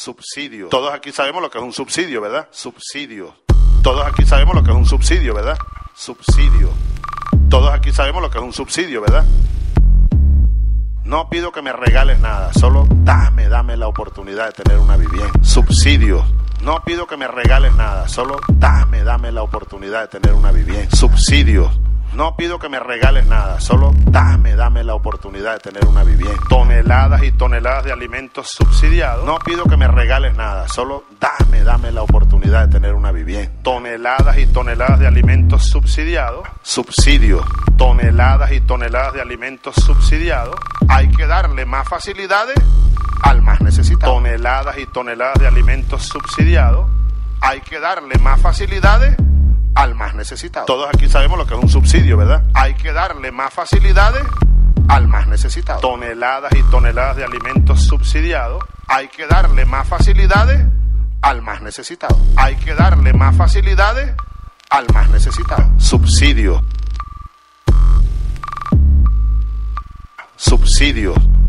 Subsidio. Todos aquí sabemos lo que es un subsidio, ¿verdad? Subsidio. Todos aquí sabemos lo que es un subsidio, ¿verdad? Subsidio. Todos aquí sabemos lo que es un subsidio, ¿verdad? No pido que me regales nada, solo dame, dame la oportunidad de tener una vivienda. Subsidio. No pido que me regales nada, solo dame, dame la oportunidad de tener una vivienda. Subsidio. No pido que me regales nada, solo dame, dame la oportunidad de tener una vivienda. Toneladas y toneladas de alimentos subsidiados. No pido que me regales nada, solo dame, dame la oportunidad de tener una vivienda. Toneladas y toneladas de alimentos subsidiados. Subsidio. Toneladas y toneladas de alimentos subsidiados. Hay que darle más facilidades al más necesitado. Toneladas y toneladas de alimentos subsidiados. Hay que darle más facilidades al más necesitado. Todos aquí sabemos lo que es un subsidio, ¿verdad? Hay que darle más facilidades al más necesitado. Toneladas y toneladas de alimentos subsidiados. Hay que darle más facilidades al más necesitado. Hay que darle más facilidades al más necesitado. Subsidio. Subsidio.